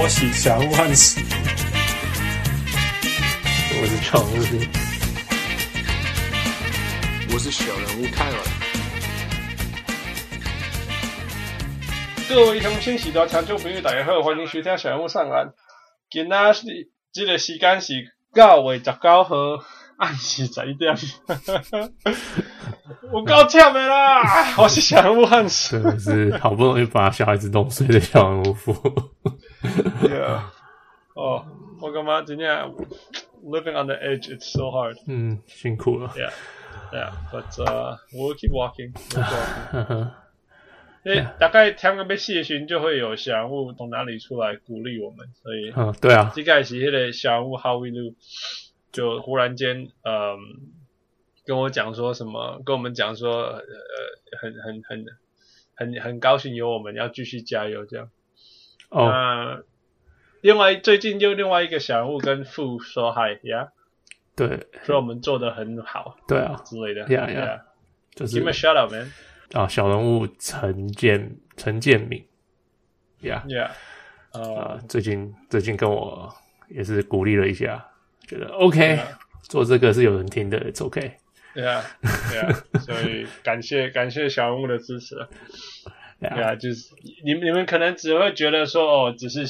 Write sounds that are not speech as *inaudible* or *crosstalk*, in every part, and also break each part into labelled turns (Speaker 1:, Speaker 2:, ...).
Speaker 1: 我喜祥万喜，
Speaker 2: 我是常务。
Speaker 3: 我是小人物泰尔。
Speaker 1: 各位乡亲、喜到听众朋友，大家好，欢迎收听小人物上岸。今仔是这个时间是九月十九号暗时十一点， *laughs* 我够忝的啦！我是小人物汉
Speaker 2: 真
Speaker 1: 斯，
Speaker 2: 的是好不容易把小孩子弄睡的小人物服。 *laughs*
Speaker 1: 对啊哦，我感觉真正 living on the edge it's so hard。
Speaker 2: 嗯，辛苦了。 *laughs*
Speaker 1: Yeah, yeah, but uh, we'll keep walking. We'll keep walking.
Speaker 2: 呵呵
Speaker 1: 因为大概听个要死的时候，就会有小人物从哪里出来鼓励我们，所以
Speaker 2: 嗯，对啊，
Speaker 1: 这个是那个小人物 How We Do，就忽然间嗯跟我讲说什么，跟我们讲说呃很很很很很高兴有我们，要继续加油这样。
Speaker 2: 哦，
Speaker 1: 那另外最近就另外一个小人物跟富说嗨呀，
Speaker 2: 对，
Speaker 1: 说我们做的很好
Speaker 2: 对啊，
Speaker 1: 之类的。
Speaker 2: Yeah, yeah. 就
Speaker 1: Give
Speaker 2: 是
Speaker 1: me a shout out, man.
Speaker 2: 啊，小人物陈建陈建敏呀
Speaker 1: Yeah.
Speaker 2: 啊
Speaker 1: 呃，，
Speaker 2: 最近最近跟我也是鼓励了一下，觉得 OK，
Speaker 1: 啊
Speaker 2: 做这个是有人听的，It's OK。
Speaker 1: 对啊，对啊，所以感谢感谢小人物的支持。
Speaker 2: 对
Speaker 1: 对
Speaker 2: 啊，
Speaker 1: 啊，就是你你们可能只会觉得说哦，只是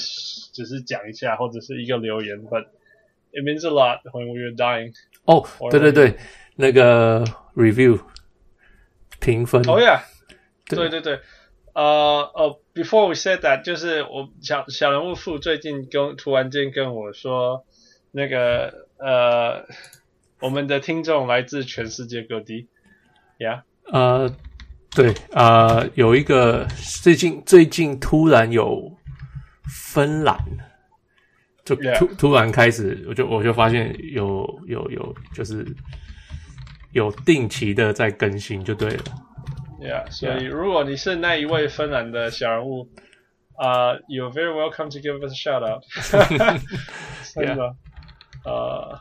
Speaker 1: 只是讲一下或者是一个留言，but it means a lot when we're dying.
Speaker 2: 哦，
Speaker 1: 我
Speaker 2: 对对对，那个 review 评分，
Speaker 1: Oh yeah，
Speaker 2: 嗯
Speaker 1: 对
Speaker 2: 对
Speaker 1: 对对，呃哦，before we said that，就是我小小人物父最近跟突然间跟我说，那个呃，我们的听众来自全世界各地，Yeah，
Speaker 2: 呃，对啊、呃有一个最近最近突然有芬兰，就突
Speaker 1: Yeah.
Speaker 2: 突然开始，我就我就发现有有有就是有定期的在更新就对了。
Speaker 1: Yeah，所以如果你是那一位芬兰的小人物，啊、y o u r e very welcome to give us a
Speaker 2: *laughs*
Speaker 1: shout out *laughs* 真的，呃，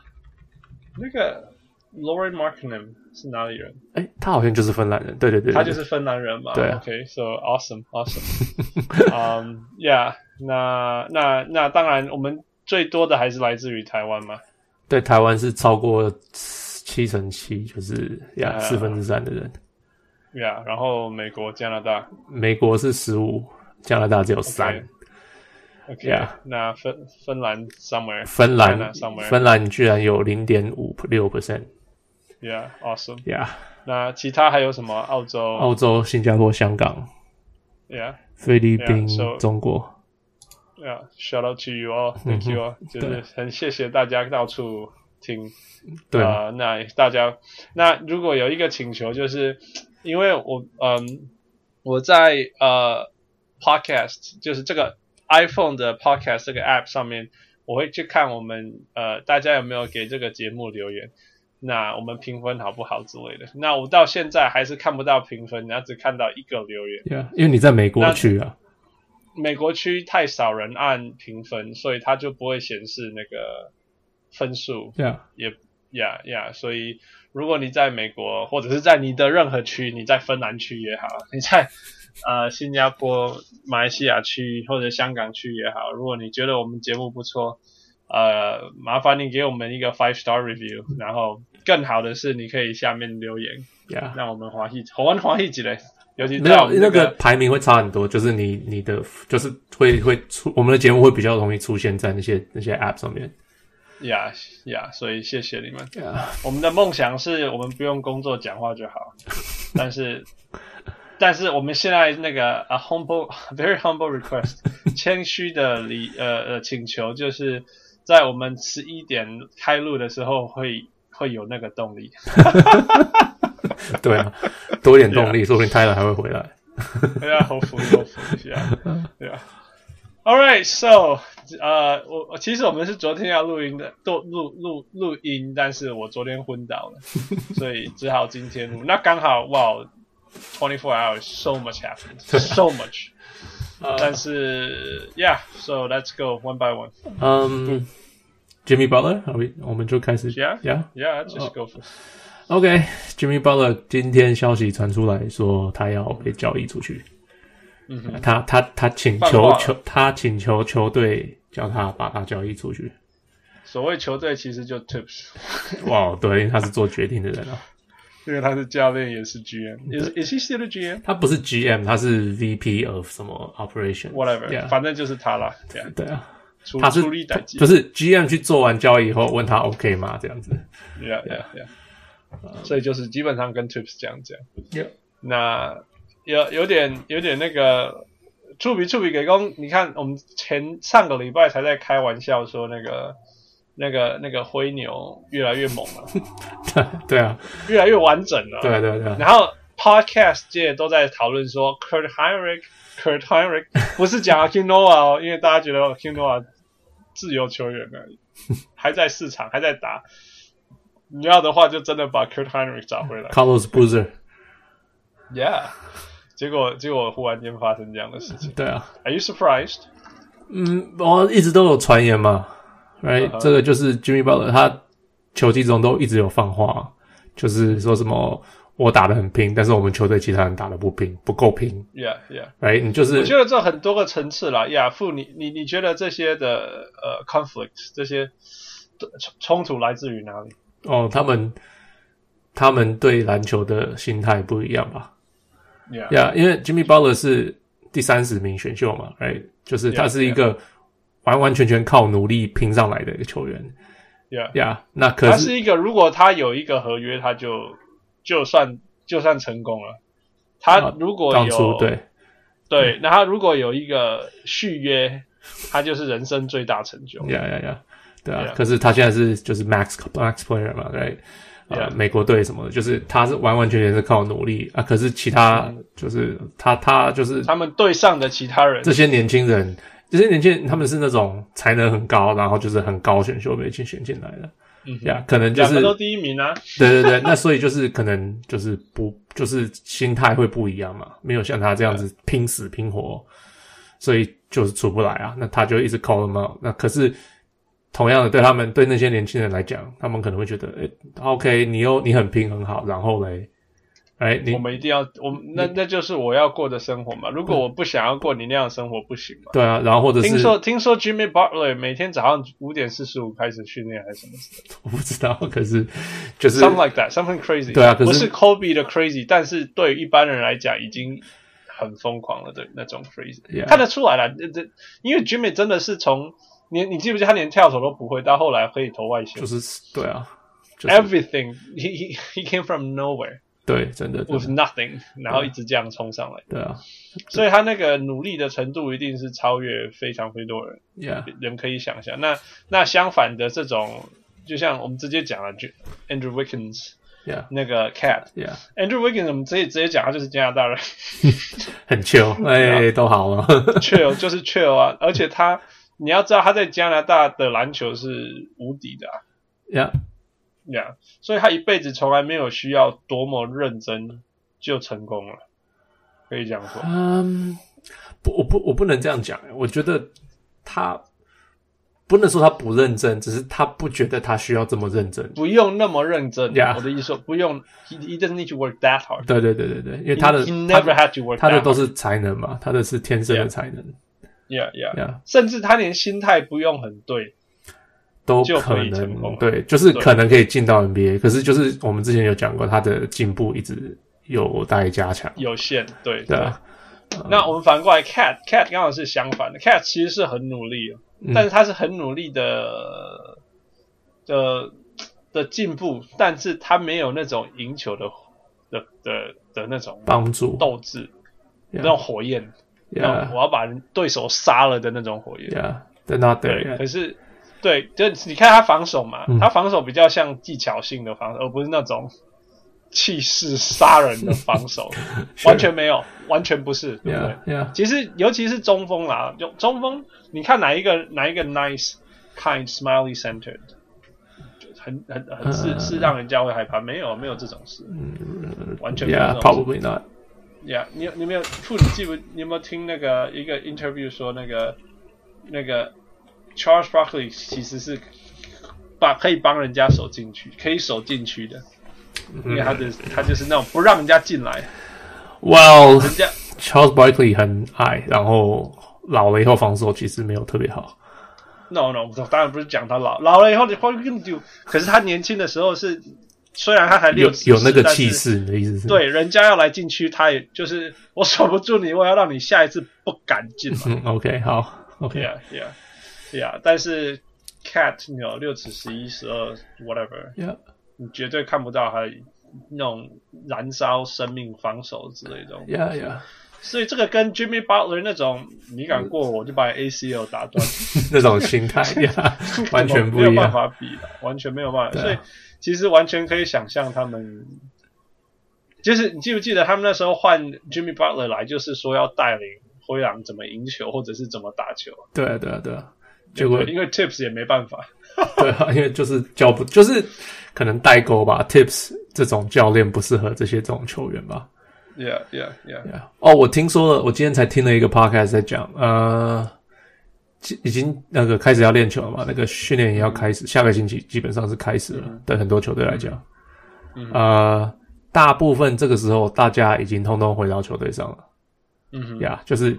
Speaker 1: 那个 Lauren Markman 是哪里人？
Speaker 2: 哎，他好像就是芬兰人，对对对对
Speaker 1: 他就是芬兰人嘛。
Speaker 2: 对啊
Speaker 1: OK，so、awesome
Speaker 2: *laughs*
Speaker 1: awesome 。嗯、um,，Yeah，那那那当然，我们最多的还是来自于台湾嘛。
Speaker 2: 对台湾是超过七成七，就是呀
Speaker 1: 啊
Speaker 2: 四分之三的人。
Speaker 1: Yeah，然后美国、加拿大。
Speaker 2: 美国是十五，加拿大只有三
Speaker 1: OK OK，、
Speaker 2: Yeah
Speaker 1: 那芬芬兰 somewhere，
Speaker 2: 芬兰
Speaker 1: China somewhere
Speaker 2: 芬兰居然有零点五六 percent
Speaker 1: Yeah，awesome。
Speaker 2: 呀。
Speaker 1: 那其他还有什么？澳洲
Speaker 2: 澳洲、新加坡、香港、
Speaker 1: Yeah,
Speaker 2: 菲律宾、
Speaker 1: Yeah, so-
Speaker 2: 中国，
Speaker 1: yeah. Shout out to you all, thank you all. 就是很谢谢大家到处听
Speaker 2: 对、
Speaker 1: 啊、呃那大家，那如果有一个请求，就是因为我嗯，我在呃 Podcast，就是这个 iPhone 的 Podcast 这个 App 上面，我会去看我们呃大家有没有给这个节目留言。那我们评分好不好之类的？那我到现在还是看不到评分，然后只看到一个留言。
Speaker 2: yeah, 因为你在美国
Speaker 1: 那
Speaker 2: 去啊，
Speaker 1: 美国区太少人按评分，所以它就不会显示那个分数，
Speaker 2: 对啊，
Speaker 1: 也呀呀。所以如果你在美国，或者是在你的任何区，你在芬兰区也好，你在 *laughs* 呃新加坡、马来西亚区或者香港区也好，如果你觉得我们节目不错，呃，麻烦你给我们一个 five star review，然后更好的是你可以下面留言，
Speaker 2: 呀、
Speaker 1: 让我们欢喜，我们欢喜起来。尤其
Speaker 2: 没
Speaker 1: 在我
Speaker 2: 有
Speaker 1: 们
Speaker 2: 那
Speaker 1: 这
Speaker 2: 个排名会差很多，就是你你的就是会会出我们的节目会比较容易出现在那些那些 app 上面
Speaker 1: 呀呀，所以谢谢你们。
Speaker 2: 呀
Speaker 1: 我们的梦想是我们不用工作讲话就好，但是 *laughs* 但是我们现在那个啊 humble *laughs* very humble request 谦虚的理呃呃请求，就是在我们十一点开录的时候会会有那个动力。
Speaker 2: *laughs* 对啊，多一点动力，说不定 Tyler 还会回来。
Speaker 1: *laughs* 对啊，侯服侯服一下，对啊。All right, so 呃，我我其实我们是昨天要录音的，录录录录音，但是我昨天昏倒
Speaker 2: *laughs*
Speaker 1: 了，所以只好今天录。那刚好哇，twenty four hours, so much happened, so
Speaker 2: *laughs*
Speaker 1: much。但
Speaker 2: Uh.
Speaker 1: 是 yeah, so let's go one by one.
Speaker 2: 嗯、j i m m y Butler，are we- 我们就开始
Speaker 1: Yeah
Speaker 2: yeah
Speaker 1: Yeah, let's just go for
Speaker 2: OK，Jimmy Butler 今天消息传出来说他要被交易出去。
Speaker 1: 嗯哼，
Speaker 2: 他他他请
Speaker 1: 放
Speaker 2: 求
Speaker 1: 话
Speaker 2: 球，他请求球队叫他把他交易出去。
Speaker 1: 所谓球队其实就 Tips，
Speaker 2: 哇，对，因为他是做决定的人啊，
Speaker 1: 因为他是教练也是 GM，也是也是 still a GM。
Speaker 2: 他不是 GM，他是 VP of 什么 operation
Speaker 1: Whatever，、
Speaker 2: yeah,
Speaker 1: 反正就是他啦。这样
Speaker 2: 对啊，
Speaker 1: 出
Speaker 2: 他是
Speaker 1: 出力逮鸡，
Speaker 2: 就是 GM 去做完交易以后问他 OK 吗？这样子。 *laughs*
Speaker 1: Yeah, yeah, yeah. 所以就是基本上跟 Tips 这样讲。
Speaker 2: Yeah.
Speaker 1: 那有有点有点那个触笔触笔给工，你看我们前上个礼拜才在开玩笑说那个那个那个灰牛越来越猛了， *laughs*
Speaker 2: 对啊，
Speaker 1: 越来越完整了。
Speaker 2: 对啊，对啊，对啊，
Speaker 1: 然后 podcast 界都在讨论说 Kurt Heinrich。Kurt Heinrich 不是讲 a k i n o a 哦，因为大家觉得 a k i n o a 自由球员而已，还在市场，还在打。你要的话，就真的把 Kurt Heinrich 找回来。
Speaker 2: Carlos Boozer，
Speaker 1: Yeah，结果结果忽然间发生这样的事情。
Speaker 2: 对啊，
Speaker 1: Are you surprised？
Speaker 2: 嗯，我一直都有传言嘛，right，、
Speaker 1: 嗯哼
Speaker 2: 这个就是 Jimmy Butler 他球季中都一直有放话，就是说什么我打得很拼，但是我们球队其他人打得不拼，不够拼
Speaker 1: Yeah, yeah。
Speaker 2: ，right，你就
Speaker 1: 我
Speaker 2: 是
Speaker 1: 觉得这很多个层次啦。亚父，你你你觉得这些的呃 conflict 这些呃冲冲突来自于哪里？
Speaker 2: 哦，他们他们对篮球的心态不一样吧
Speaker 1: Yeah,
Speaker 2: 呀因为 Jimmy Butler 是第三十名选秀嘛，right，就是他
Speaker 1: Yeah，
Speaker 2: 是一个完完全全靠努力拼上来的一个球员
Speaker 1: yeah.
Speaker 2: 呀那可
Speaker 1: 他
Speaker 2: 是
Speaker 1: 是一个，如果他有一个合约，他就就算就算成功了。他
Speaker 2: 啊
Speaker 1: 如果
Speaker 2: 当初
Speaker 1: 有
Speaker 2: 对。
Speaker 1: 对，那他如果有一个续约，他就是人生最大成就。
Speaker 2: 呀呀呀，对啊
Speaker 1: Yeah.。
Speaker 2: 可是他现在是就是 max max player 嘛，对、呃
Speaker 1: Yeah.，
Speaker 2: 美国队什么的，就是他是完完全全是靠努力啊。可是其他就是他他就是
Speaker 1: 嗯他们队上的其他人
Speaker 2: 这些年轻人，这些年轻人他们是那种才能很高，然后就是很高选秀被进选进来的，
Speaker 1: 嗯哼
Speaker 2: 呀、可能就
Speaker 1: 两
Speaker 2: 是
Speaker 1: 个都第一名啊。
Speaker 2: *laughs* 对对对，那所以就是可能就是不就是心态会不一样嘛，没有像他这样子拼死拼活，所以就是出不来啊。那他就一直 call them out。那可是同样的，对他们对那些年轻人来讲，他们可能会觉得，诶 o k 你又你很拼很好，然后嘞，哎，你
Speaker 1: 我们一定要，我们那那就是我要过的生活嘛。如果我不想要过你那样的生活，不行嘛。
Speaker 2: 对啊，然后或者
Speaker 1: 听
Speaker 2: 是
Speaker 1: 说听说 Jimmy Butler 每天早上五点四十五开始训练还是什么
Speaker 2: 我不知道，可是就是
Speaker 1: ，something like that，something crazy。
Speaker 2: 对啊可是
Speaker 1: 不是 Kobe 的 crazy，但是对一般人来讲已经很疯狂了的那种 crazy，、
Speaker 2: Yeah
Speaker 1: 看得出来了。这这，因为 Jimmy 真的是从你你记不记得他连跳投都不会，到后来可以投外线、
Speaker 2: 就是对啊，就是
Speaker 1: Everything，he he he came from nowhere
Speaker 2: 对，真的，真
Speaker 1: with
Speaker 2: 的
Speaker 1: nothing，然后一直这样冲上来。
Speaker 2: 对啊
Speaker 1: 所以他那个努力的程度一定是超越非常非常多人
Speaker 2: ，Yeah，
Speaker 1: 人可以想象。那那相反的这种，就像我们直接讲了，就 Andrew Wiggins
Speaker 2: Yeah
Speaker 1: 那个 Cat
Speaker 2: Yeah，
Speaker 1: Andrew Wiggins，我们直接直接讲他就是加拿大人 *laughs*
Speaker 2: 很 chill，哎，都好了。 *laughs*
Speaker 1: ，chill 就是 chill 啊，而且他你要知道他在加拿大的篮球是无敌的啊。
Speaker 2: 呀，
Speaker 1: Yeah，所以他一辈子从来没有需要多么认真就成功了，可以这样说。
Speaker 2: 嗯，不，我不，我不能这样讲。我觉得他不能说他不认真，只是他不觉得他需要这么认真。
Speaker 1: 不用那么认真
Speaker 2: Yeah
Speaker 1: 我的意思说不用，he he doesn't need to work that hard。
Speaker 2: 对对对对对，因为他的
Speaker 1: he
Speaker 2: 他
Speaker 1: never
Speaker 2: 的
Speaker 1: had to work
Speaker 2: 他的都
Speaker 1: that
Speaker 2: 是才能嘛，他的是天生的
Speaker 1: Yeah
Speaker 2: 才能
Speaker 1: hard. yeah yeah，,
Speaker 2: 呀，
Speaker 1: 甚至他连心态不用很对，
Speaker 2: 都
Speaker 1: 就
Speaker 2: 可
Speaker 1: 可以成
Speaker 2: 能
Speaker 1: 功了
Speaker 2: 对，就是
Speaker 1: 对
Speaker 2: 可能可以进到 NBA，可是就是我们之前有讲过，他的进步一直有待加强。
Speaker 1: 有限对
Speaker 2: 对啊，
Speaker 1: 那我们反过来，cat cat 刚好是相反的，cat 其实是很努力的，
Speaker 2: 嗯
Speaker 1: 但是他是很努力的的的进步，但是他没有那种赢球的的的的那种
Speaker 2: 帮助
Speaker 1: 斗志，
Speaker 2: Yeah
Speaker 1: 那种火焰，那种
Speaker 2: 呀
Speaker 1: 我要把人对手杀了的那种火焰。
Speaker 2: 呀，但那对
Speaker 1: 对，可是对，就是你看他防守嘛，
Speaker 2: 嗯
Speaker 1: 他防守比较像技巧性的防守，而不是那种气势杀人的防
Speaker 2: *laughs*
Speaker 1: 守，完全没有，完全不是，对不对
Speaker 2: 呀呀
Speaker 1: 其实尤其是中锋啦，中中锋，你看哪一个哪一个 nice kind smiley centered，很很很是
Speaker 2: 嗯
Speaker 1: 是让人家会害怕，没有没有这种事，完全没有这种事。
Speaker 2: ，Yeah，probably not。
Speaker 1: Yeah，你有你有没有？兔，你记不？你有没有听那个一个 interview 说那个那个 Charles Barkley 其实是把可以帮人家守禁区，可以守禁区的，因为他的他就是那种不让人家进来，
Speaker 2: Well，
Speaker 1: 人家
Speaker 2: Charles Barkley 很矮，然后老了以后防守其实没有特别好。
Speaker 1: No No，我当然不是讲他老老了以后你会更丢，可是他年轻的时候是，虽然他才
Speaker 2: 有
Speaker 1: 六十
Speaker 2: 有那个气，
Speaker 1: 但是
Speaker 2: 势，你的意思是？
Speaker 1: 对，人家要来禁区，他也就是我守不住你，我要让你下一次不敢进
Speaker 2: *laughs*
Speaker 1: 嘛。
Speaker 2: 嗯，OK，好，OK，
Speaker 1: Yeah Yeah Yeah，但是 Cat 你有六尺十一十二 whatever，
Speaker 2: Yeah
Speaker 1: 你绝对看不到他那种燃烧生命防守之类的东西。
Speaker 2: Yeah Yeah，
Speaker 1: 所以这个跟 Jimmy Butler 那种你敢过我就把你 ACL 打断，
Speaker 2: *laughs* 那种心
Speaker 1: *laughs*
Speaker 2: 态，Yeah，完全不
Speaker 1: 没有
Speaker 2: 一
Speaker 1: 办
Speaker 2: 样。
Speaker 1: 法比的，完全没有办
Speaker 2: 对
Speaker 1: 法。
Speaker 2: 啊
Speaker 1: 所以其实完全可以想象他们，就是你记不记得他们那时候换 Jimmy Butler 来，就是说要带领灰狼怎么赢球，或者是怎么打球。
Speaker 2: 对啊，对啊，对啊。结果
Speaker 1: 对因为 Tips 也没办法。
Speaker 2: 对啊，因为就是教不，就是可能代沟吧。Tips 这种教练不适合这些这种球员吧。
Speaker 1: Yeah, yeah, yeah.
Speaker 2: 对啊哦，我听说了，我今天才听了一个 podcast 在讲，呃，已已经那个开始要练球了嘛，那个训练也要开始，下个星期基本上是开始了，对很多球队来讲，呃，大部分这个时候大家已经通通回到球队上了，
Speaker 1: 嗯哼，
Speaker 2: 呀、就是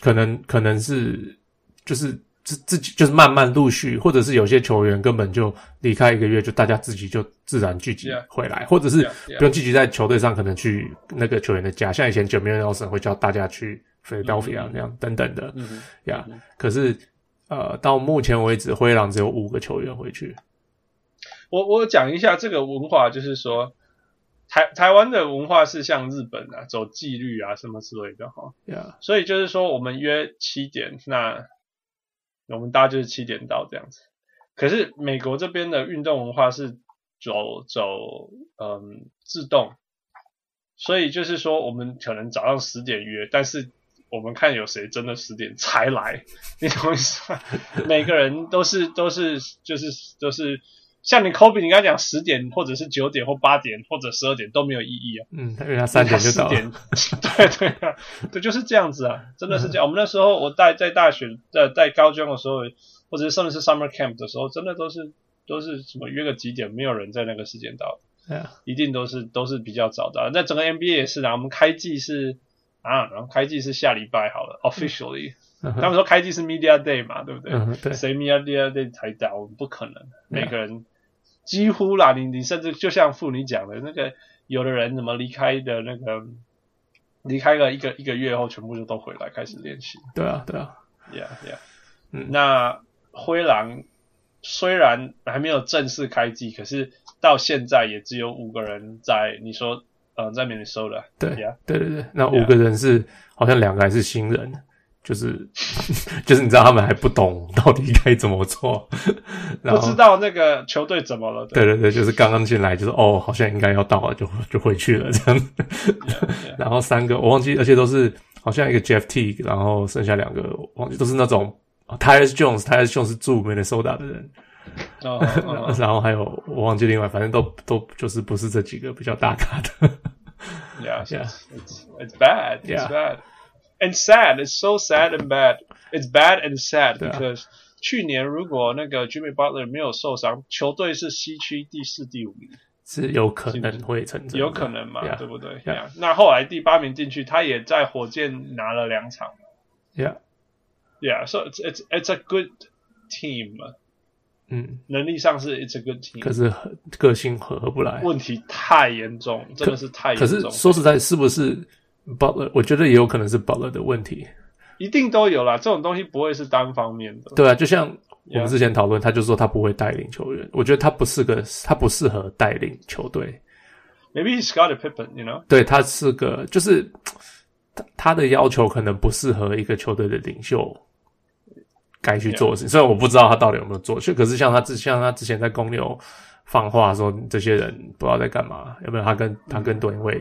Speaker 2: 可能可能是就是。自自己就是慢慢陆续，或者是有些球员根本就离开一个月，就大家自己就自然聚集
Speaker 1: Yeah.
Speaker 2: 回来，或者是
Speaker 1: Yeah, yeah.
Speaker 2: 不用聚集在球队上，可能去那个球员的家，像以前 j a m e l Nelson 会叫大家去 Philadelphia 那样等等的
Speaker 1: 嗯哼，
Speaker 2: 呀。可是呃，到目前为止，灰狼只有五个球员回去，
Speaker 1: 我我讲一下这个文化，就是说台台湾的文化是像日本啊，走纪律啊什么之类的哈。
Speaker 2: 呀
Speaker 1: 所以就是说，我们约七点，那我们大家就是七点到这样子。可是美国这边的运动文化是走走嗯自动，所以就是说，我们可能早上十点约，但是我们看有谁真的十点才来， *laughs* 你懂我意思吗？每个人都是 *laughs* 都是就是都是。像你 Kobe，你刚才讲十点或者是九点或八点或者十二点都没有意义啊，
Speaker 2: 嗯，因为他三点就到了，
Speaker 1: 10点对对啊，对，就是这样子啊，真的是
Speaker 2: 嗯
Speaker 1: 这样。我们那时候我在在大学在在高中的时候，或者是甚至是 summer camp 的时候，真的都是都是什么约个几点，没有人在那个时间到，
Speaker 2: 呀
Speaker 1: 一定都是都是比较早的啊、那整个 NBA 也是啊，我们开季是啊，然后开季是下礼拜好了，officially，、
Speaker 2: 嗯
Speaker 1: 他们
Speaker 2: 哼
Speaker 1: 说开季是 media day 嘛，对不对？
Speaker 2: 嗯哼，对，啊
Speaker 1: 谁 media day 才打？我们不可能，每个人几乎啦，你你甚至就像傅你讲的那个，有的人怎么离开的那个，离开了一个一个月后，全部就都回来开始练习。
Speaker 2: 对啊，对啊，
Speaker 1: Yeah, yeah。
Speaker 2: 嗯
Speaker 1: 那灰狼虽然还没有正式开季，可是到现在也只有五个人在。你说，呃，在 Minnesota，
Speaker 2: 对
Speaker 1: Yeah
Speaker 2: 对对对，那五个人是好像两个还是新人。就是 *laughs* 就是你知道他们还不懂到底该怎么做， *laughs* 然
Speaker 1: 不
Speaker 2: 后
Speaker 1: 知道那个球队怎么了。
Speaker 2: 对对对，就是刚刚进来，就是哦，好像应该要到了，就就回去了这样。 *laughs* 然后三个我忘记，而且都是好像一个 Jeff T，然后剩下两个我忘记都是那种 Tyus Jones，Tyus Jones 是住 Minnesota 的人，
Speaker 1: 哦哦哦
Speaker 2: *laughs* 然后还有我忘记另外，反正都都就是不是这几个比较大咖的。 *laughs*
Speaker 1: Yeah,
Speaker 2: Yeah.
Speaker 1: It's, it's it's bad. It's
Speaker 2: Yeah.
Speaker 1: bad. And sad. It's so sad and bad. It's bad and sad
Speaker 2: 对啊
Speaker 1: because 去年如果那个 Jimmy Butler 没有受伤，球队是西区第四、第五名，
Speaker 2: 是有可能会成真的，
Speaker 1: 有可能嘛
Speaker 2: Yeah.
Speaker 1: 对不对
Speaker 2: Yeah.
Speaker 1: Yeah. 那后来第八名进去，他也在火箭拿了两场。
Speaker 2: ，Yeah，
Speaker 1: Yeah, so it's it's it's a good team.
Speaker 2: 嗯，
Speaker 1: 能力上是 it's a good
Speaker 2: 可
Speaker 1: team，
Speaker 2: 是很个性合不来。
Speaker 1: 问题太严重，真的是太严
Speaker 2: 可
Speaker 1: 重
Speaker 2: 是
Speaker 1: 了。
Speaker 2: 说实在，是不是 Butler？我觉得也有可能是 Butler 的问题。
Speaker 1: 一定都有啦，这种东西不会是单方面的。
Speaker 2: 对啊，就像我
Speaker 1: Yeah.
Speaker 2: 们之前讨论，他就说他不会带领球员，我觉得他不是个，他不适合带领球队。
Speaker 1: Maybe he's got a Pippen, you know.
Speaker 2: 对他是个，就是他他的要求可能不适合一个球队的领袖该去做的事情。虽然我不知道他到底有没有做，就可是像他之像他之前在公牛放话说这些人不知道在干嘛，有没有他跟他跟段位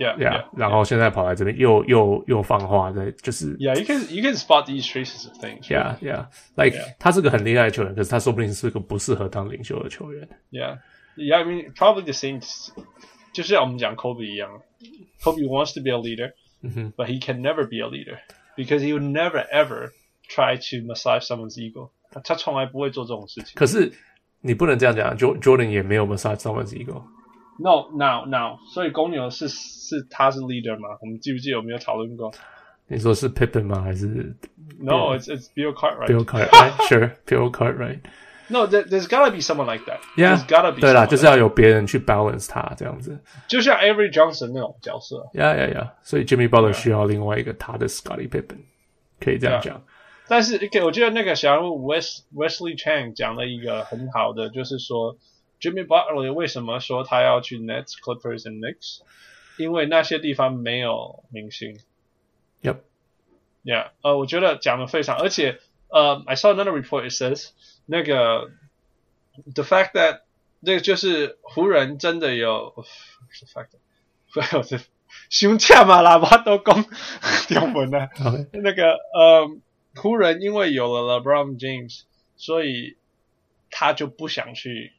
Speaker 1: Yeah,
Speaker 2: 呀
Speaker 1: yeah.，
Speaker 2: 然后现在跑来这边又又又放话在就是。
Speaker 1: Yeah, you can you can spot these traces of things.
Speaker 2: Yeah, yeah. Like
Speaker 1: Yeah.
Speaker 2: 他是个很厉害的球员，可是他说不定是个不适合当领袖的球员。
Speaker 1: Yeah, yeah. I mean, probably the same. 就是像我们讲 Kobe 一样，Kobe wants to be a leader,
Speaker 2: 嗯哼。
Speaker 1: but he can never be a leader because he would never ever try to massage someone's ego. 他他从来不会做这种事情。
Speaker 2: 可是你不能这样讲，Jo Jordan 也没有 massage someone's ego。
Speaker 1: No, now, now。所以公牛是是他是 leader 吗？我们记不记得有没有讨论过
Speaker 2: 你说是 Pippen 吗？还是
Speaker 1: ？No, it's it's Bill Cartwright.
Speaker 2: Bill
Speaker 1: *laughs*
Speaker 2: Cartwright？Sure，Bill Cartwright。
Speaker 1: No, there, there's gotta be someone like that.
Speaker 2: Yeah，
Speaker 1: there's gotta be.
Speaker 2: 对啦，
Speaker 1: someone
Speaker 2: 就是要有别人去 balance 他这样子。
Speaker 1: 就像 Avery Johnson 那种角色，
Speaker 2: 呀呀呀！所以 Jimmy Butler 需要另外一个他的 Scotty Pippen，可以这样
Speaker 1: Yeah
Speaker 2: 讲。
Speaker 1: 但是给我觉得那个小人物 Wes Wesley Chang 讲了一个很好的，就是说 Jimmy Butler 为什么说他要去 Nets、Clippers and Knicks，因为那些地方没有明星。
Speaker 2: Yep.
Speaker 1: Yeah，呃，我觉得讲的非常，而且呃，I saw another report it says 那个 the fact that 那个就是湖人真的有 *laughs* the fact，that- 我 *laughs* 这胸腔嘛，喇叭都 *laughs* 讲掉文了。
Speaker 2: OK，
Speaker 1: 那个呃，湖人因为有了 LeBron James，所以他就不想去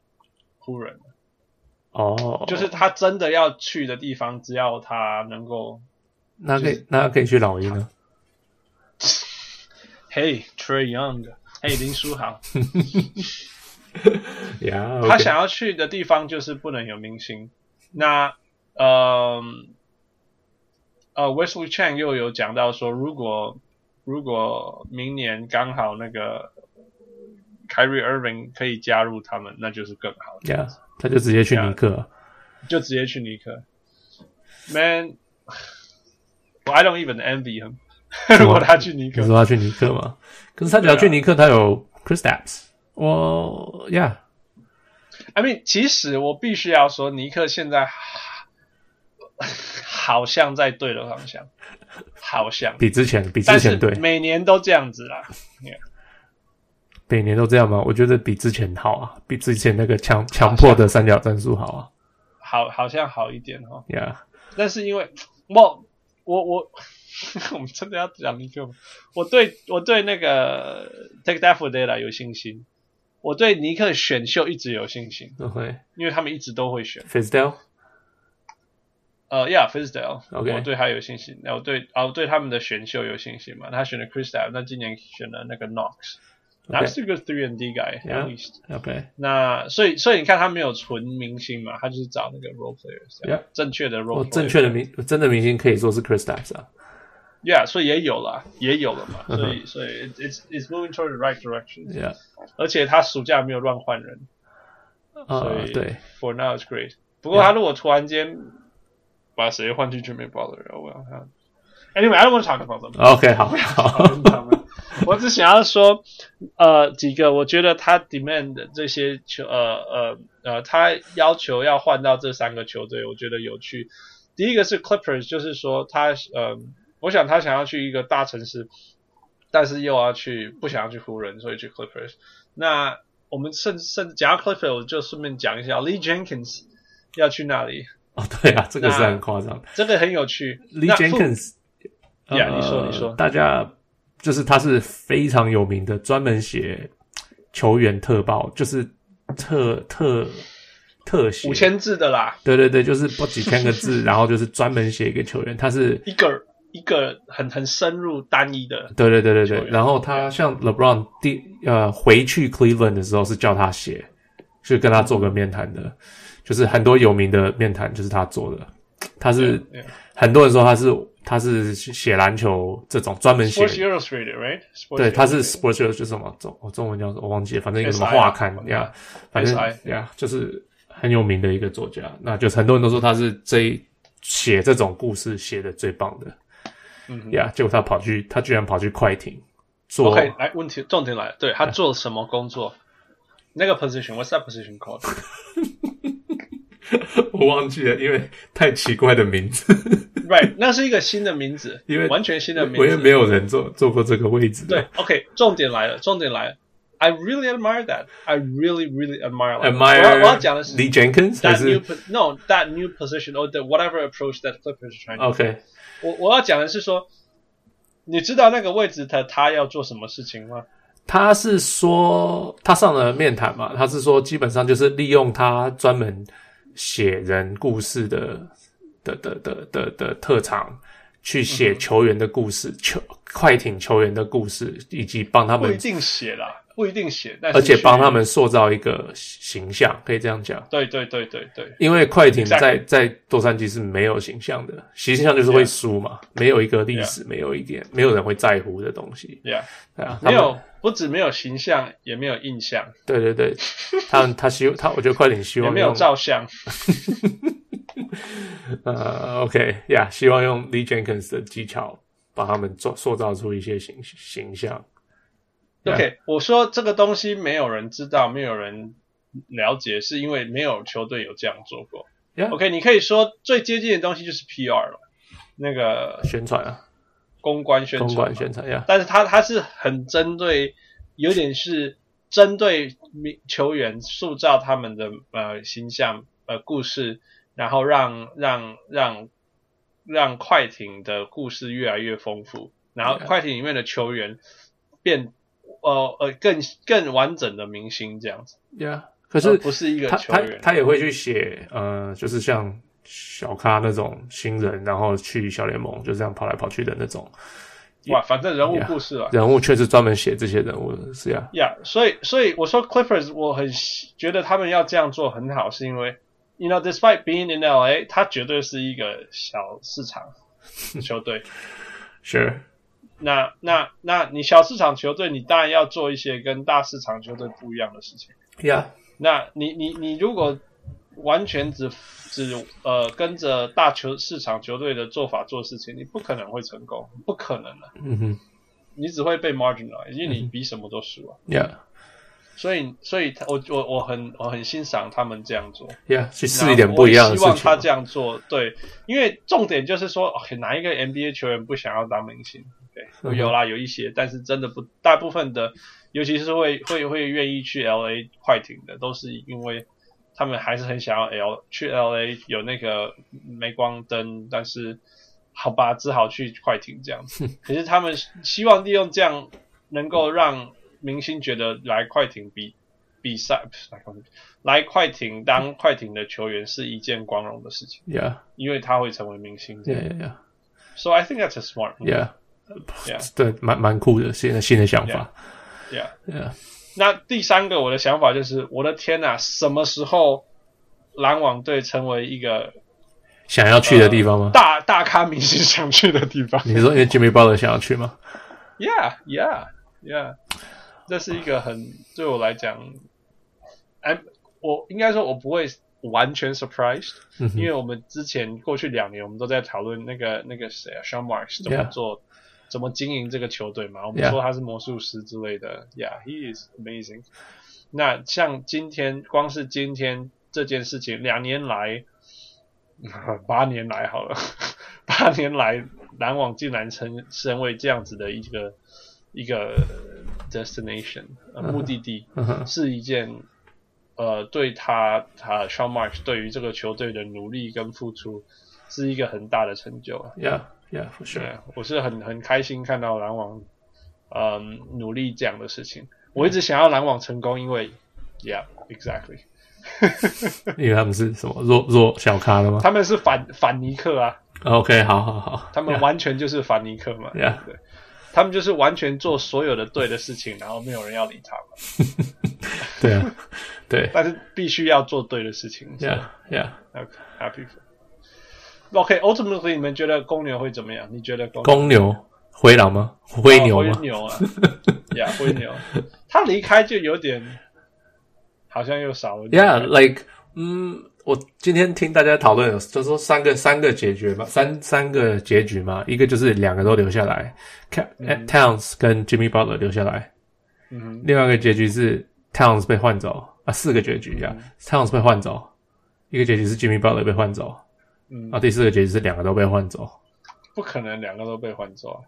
Speaker 1: 湖人了，
Speaker 2: 哦，
Speaker 1: 就是他真的要去的地方，只要他能够
Speaker 2: 那可
Speaker 1: 就
Speaker 2: 以那可以去老鹰啊。
Speaker 1: Hey Trey Young，嘿、林书豪，
Speaker 2: 呀，
Speaker 1: 他想要去的地方就是不能有明星。那呃呃，Wesley Chan 又有讲到说，如果如果明年刚好那个 Kyrie Irving 可以加入他们，那就是更好。
Speaker 2: 呀，他就直接去尼克。
Speaker 1: 就直接去尼克。Man, I don't even envy him 。 *laughs* 如果他去尼
Speaker 2: 你
Speaker 1: 克
Speaker 2: 说他去尼克吗？可是他只要去尼克，他有 Chris Stapps。我呀，
Speaker 1: ，I mean，其实我必须要说，尼克现在 *laughs* 好像在对的方向，好像，
Speaker 2: 比之前比之
Speaker 1: 但是
Speaker 2: 前对
Speaker 1: 每年都这样子啦。
Speaker 2: 每年都这样吗？我觉得比之前好啊，比之前那个强强迫的三角战术好啊。
Speaker 1: 好，好像好一点哦。
Speaker 2: 呀，
Speaker 1: 但是因为我我我 *laughs* 我们真的要讲尼克吗？我对我对那个 Take That for Data 有信心，我对尼克选秀一直有信心。
Speaker 2: o k
Speaker 1: 因为他们一直都会选。
Speaker 2: f i s d a l
Speaker 1: 呃，Yeah, Fisdale，
Speaker 2: OK
Speaker 1: 我对他有信心。那我对啊，我对他们的选秀有信心嘛？他选了 c h r i s t a l 那今年选了那个 Knox，他
Speaker 2: OK
Speaker 1: 是个 three and D guy at
Speaker 2: Yeah
Speaker 1: least。
Speaker 2: OK，
Speaker 1: 那所以所以你看，他没有纯明星嘛，他就是找那个 role players，这样
Speaker 2: Yeah
Speaker 1: 正确的 role，
Speaker 2: 我
Speaker 1: player
Speaker 2: 正确的明真的明星可以说是 Chris Stapps 啊。
Speaker 1: ，Yeah，所以也有了，也有了
Speaker 2: 嗯
Speaker 1: 嘛。所以所以 it's it's moving toward the right direction，
Speaker 2: 呀，
Speaker 1: 而且他暑假没有乱换人，
Speaker 2: 啊
Speaker 1: 所以
Speaker 2: 对，
Speaker 1: ，for now is great。不过
Speaker 2: Yeah.
Speaker 1: 他如果突然间把谁换去 Jimmy Butler，我 oh anyway I don't want to talk about them。
Speaker 2: OK 好
Speaker 1: *laughs*
Speaker 2: 好
Speaker 1: 嗯我只想要说，呃，几个我觉得他 demand 的这些球，呃呃呃，他要求要换到这三个球队，我觉得有趣。第一个是 Clippers，就是说他，呃，我想他想要去一个大城市，但是又要去不想要去湖人，所以去 Clippers。那我们甚甚讲到 Clippers，我就顺便讲一下 Lee Jenkins 要去那里，
Speaker 2: 哦对啊，这个是
Speaker 1: 那
Speaker 2: 很夸张。
Speaker 1: 这个很有趣。
Speaker 2: Lee
Speaker 1: 那附
Speaker 2: Jenkins，
Speaker 1: Yeah，
Speaker 2: 呃
Speaker 1: 你说你说
Speaker 2: 大家就是他是非常有名的，专门写球员特报，就是特特特写
Speaker 1: 五，千字的啦，
Speaker 2: 对对对，就是不几千个
Speaker 1: *laughs*
Speaker 2: 字，然后就是专门写一个球员，他是。
Speaker 1: 一个一个很很深入单一的
Speaker 2: 对对对对
Speaker 1: 球
Speaker 2: 对，
Speaker 1: 员
Speaker 2: 然后他像 LeBron 第呃回去 Cleveland 的时候是叫他写，是跟他做个面谈的，就是很多有名的面谈就是他做的，他是
Speaker 1: Yeah, yeah.
Speaker 2: 很多人说他是他是写篮球这种专门写
Speaker 1: Sports Illustrated, right? Sports
Speaker 2: 对，他是
Speaker 1: Illustrated
Speaker 2: Sports 就是什么中哦我中文叫什么我忘记了，反正一个什么
Speaker 1: SI
Speaker 2: 画刊
Speaker 1: 啊
Speaker 2: 呀，反正
Speaker 1: SI
Speaker 2: 呀就是很有名的一个作家，那就是很多人都说他是这一写这种故事写的最棒的，
Speaker 1: 嗯
Speaker 2: 呀，结果他跑去他居然跑去快艇做
Speaker 1: OK，来，问题重点来了，对他做什么工作？那个 position，what's that position called？
Speaker 2: *laughs*
Speaker 1: *laughs*
Speaker 2: 我忘记了，因为太奇怪的名字，
Speaker 1: right，那是一个新的名字，
Speaker 2: 因为
Speaker 1: 完全新的名
Speaker 2: 我也
Speaker 1: 字。
Speaker 2: 没有人做做过这个位置，
Speaker 1: 对，OK，重点来了，重点来了。I really admire that. I really, really admire. that.
Speaker 2: ，Admire
Speaker 1: 我要我要讲的是
Speaker 2: Lee Jenkins 还
Speaker 1: that new
Speaker 2: 是
Speaker 1: po- no that new position or the whatever approach that Clippers are trying to
Speaker 2: OK
Speaker 1: 我我要讲的是说，你知道那个位置他他要做什么事情吗？
Speaker 2: 他是说他上了面谈嘛，他是说基本上就是利用他专门写人故事的的的的的的特长，去写球员的故事，球快艇球员的故事，以及帮他
Speaker 1: 不
Speaker 2: 们
Speaker 1: 一定写啦，不一定写，但是
Speaker 2: 而且
Speaker 1: 你去
Speaker 2: 帮他们塑造一个形象，可以这样讲。
Speaker 1: 对对对对对，
Speaker 2: 因为快艇
Speaker 1: Exactly.
Speaker 2: 在在洛杉矶是没有形象的，形象就是会输嘛，没有一个历史，没有一点，没有人会在乎的东西，
Speaker 1: 呀、
Speaker 2: 对啊，他
Speaker 1: 没
Speaker 2: 们，
Speaker 1: 有，不止没有形象，也没有印象，
Speaker 2: 对对对，
Speaker 1: *laughs*
Speaker 2: 他们他希望他，我觉得快艇希
Speaker 1: 也
Speaker 2: 望
Speaker 1: 没有
Speaker 2: 用
Speaker 1: 照相。
Speaker 2: 呃，OK 呀、yeah,，希望用 Lee Jenkins 的技巧把他们做塑造出一些形形象，Yeah.
Speaker 1: OK，我说这个东西没有人知道，没有人了解，是因为没有球队有这样做过。
Speaker 2: Yeah.
Speaker 1: OK，你可以说最接近的东西就是 PR 了，那个
Speaker 2: 宣传啊，
Speaker 1: 公关宣
Speaker 2: 公
Speaker 1: 传嘛
Speaker 2: 关，宣传呀、
Speaker 1: 但是它它是很针对，有点是针对民球员塑造他们的呃形象呃故事，然后让让让让快艇的故事越来越丰富，然后
Speaker 2: Yeah.
Speaker 1: 快艇里面的球员变呃呃更更完整的明星这样子，
Speaker 2: y e a h 可是
Speaker 1: 而不是一个
Speaker 2: 他
Speaker 1: 球
Speaker 2: 他
Speaker 1: 员
Speaker 2: 他也会去写，呃，就是像小咖那种新人，然后去小联盟就这样跑来跑去的那种
Speaker 1: 哇，反正人物
Speaker 2: Yeah.
Speaker 1: 故事啊。
Speaker 2: 人物，确实专门写这些人物的，是呀、
Speaker 1: Yeah，所以所以我说 Clippers，我很喜觉得他们要这样做很好，是因为 you know despite being in LA，它绝对是一个小市场球队。
Speaker 2: Sure，
Speaker 1: 那那那你小市场球队，你当然要做一些跟大市场球队不一样的事情。
Speaker 2: yeah，
Speaker 1: 那你你你如果完全只只呃跟着大球市场球队的做法做事情，你不可能会成功，不可能的、
Speaker 2: 嗯哼
Speaker 1: 你只会被 marginal，因为你比什么都输啊。
Speaker 2: ，yeah。
Speaker 1: 所以，所以他我我我很我很欣赏他们这样做，
Speaker 2: Yeah，去试一点不一样的
Speaker 1: 然后
Speaker 2: 事
Speaker 1: 我希望他这
Speaker 2: 情。
Speaker 1: 样做，对，因为重点就是说，哦哪一个 NBA 球员不想要当明星？对，
Speaker 2: 嗯哼
Speaker 1: 有啦，有一些，但是真的不，大部分的，尤其是会会会愿意去 LA 快艇的，都是因为他们还是很想要 L 去 LA 有那个镁光灯，但是好吧，只好去快艇这样子。可是他们希望利用这样，能够让明星觉得来快艇比比赛不是来快艇来快艇当快艇的球员是一件光荣的事情，
Speaker 2: Yeah，yeah，yeah，yeah。
Speaker 1: 因为他会成为明星。So I think that's a smart move.
Speaker 2: Yeah，
Speaker 1: Yeah.
Speaker 2: 对，蛮蛮酷的，新的新的想法。
Speaker 1: Yeah.
Speaker 2: Yeah，
Speaker 1: 那第三个我的想法就是，我的天呐，什么时候篮网队成为一个
Speaker 2: 想要去的地方吗？
Speaker 1: 呃大大咖明星想去的地方
Speaker 2: 你说因为 Jimmy Butler 想要去吗？
Speaker 1: ？Yeah, yeah, yeah。这是一个很对我来讲，哎，我应该说我不会完全 surprised，、
Speaker 2: 嗯哼
Speaker 1: 因为我们之前过去两年我们都在讨论那个那个谁啊，Sean Marks 怎么
Speaker 2: Yeah.
Speaker 1: 做。怎么经营这个球队嘛？我们
Speaker 2: Yeah.
Speaker 1: 说他是魔术师之类的，Yeah，he is amazing。那像今天，光是今天这件事情，两年来， *laughs* 八年来好了， *laughs* 八年来，篮网竟然成成为这样子的一个一个 destination、呃、目的地，
Speaker 2: 嗯哼
Speaker 1: 是一件呃对他他 Sean Marks 对于这个球队的努力跟付出是一个很大的成就啊。
Speaker 2: ，Yeah，yeah，for
Speaker 1: 对
Speaker 2: sure。，
Speaker 1: 我是很很开心看到篮网，嗯，努力这样的事情。我一直想要篮网成功，因为，Yeah，exactly，
Speaker 2: 因为他们是什么弱弱小咖的吗
Speaker 1: 他们是反反尼克啊，
Speaker 2: ？OK，好好好，
Speaker 1: 他们
Speaker 2: Yeah，
Speaker 1: 完全就是反尼克嘛
Speaker 2: Yeah
Speaker 1: 对，他们就是完全做所有的对的事情，然后没有人要理他们，
Speaker 2: 对啊，对
Speaker 1: 但是必须要做对的事情。
Speaker 2: ，Yeah，yeah。
Speaker 1: Yeah，happy。OK，ultimately，你们觉得公牛会怎么样？你觉得公
Speaker 2: 公牛、灰狼吗？灰牛
Speaker 1: 哦
Speaker 2: 吗
Speaker 1: 灰？牛啊，
Speaker 2: *laughs*
Speaker 1: 呀，灰牛，他离开就有点，好像又少了点。
Speaker 2: Yeah，like，嗯，我今天听大家讨论，就说三个三个结局嘛，三三个结局嘛，一个就是两个都留下来，Ca- Towns 跟 Jimmy Butler 留下来，
Speaker 1: 嗯哼
Speaker 2: 另外一个结局是 Towns 被换走啊，四个结
Speaker 1: 嗯
Speaker 2: 局呀、t o w n s 被换走，一个结局是 Jimmy Butler 被换走，
Speaker 1: 嗯
Speaker 2: 啊，第四个结局是两个都被换走
Speaker 1: 不可能两个都被换走啊，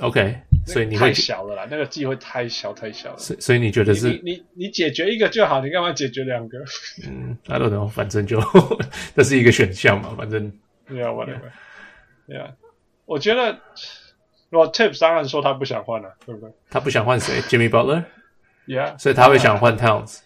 Speaker 2: ，OK，所以你会
Speaker 1: 太，小了啦，那个机会太小太小了。
Speaker 2: 所以所以你觉得
Speaker 1: 你
Speaker 2: 是，
Speaker 1: 你你解决一个就好，你干嘛解决两个
Speaker 2: 嗯，I don't know，反正就 *laughs* 这是一个选项嘛，反正
Speaker 1: ？Yeah, whatever. Yeah，我觉得，我 Tips 当然说他不想换了、对不对
Speaker 2: 他不想换谁，Jimmy Butler，
Speaker 1: ？Yeah，
Speaker 2: 所以他会想换 Towns。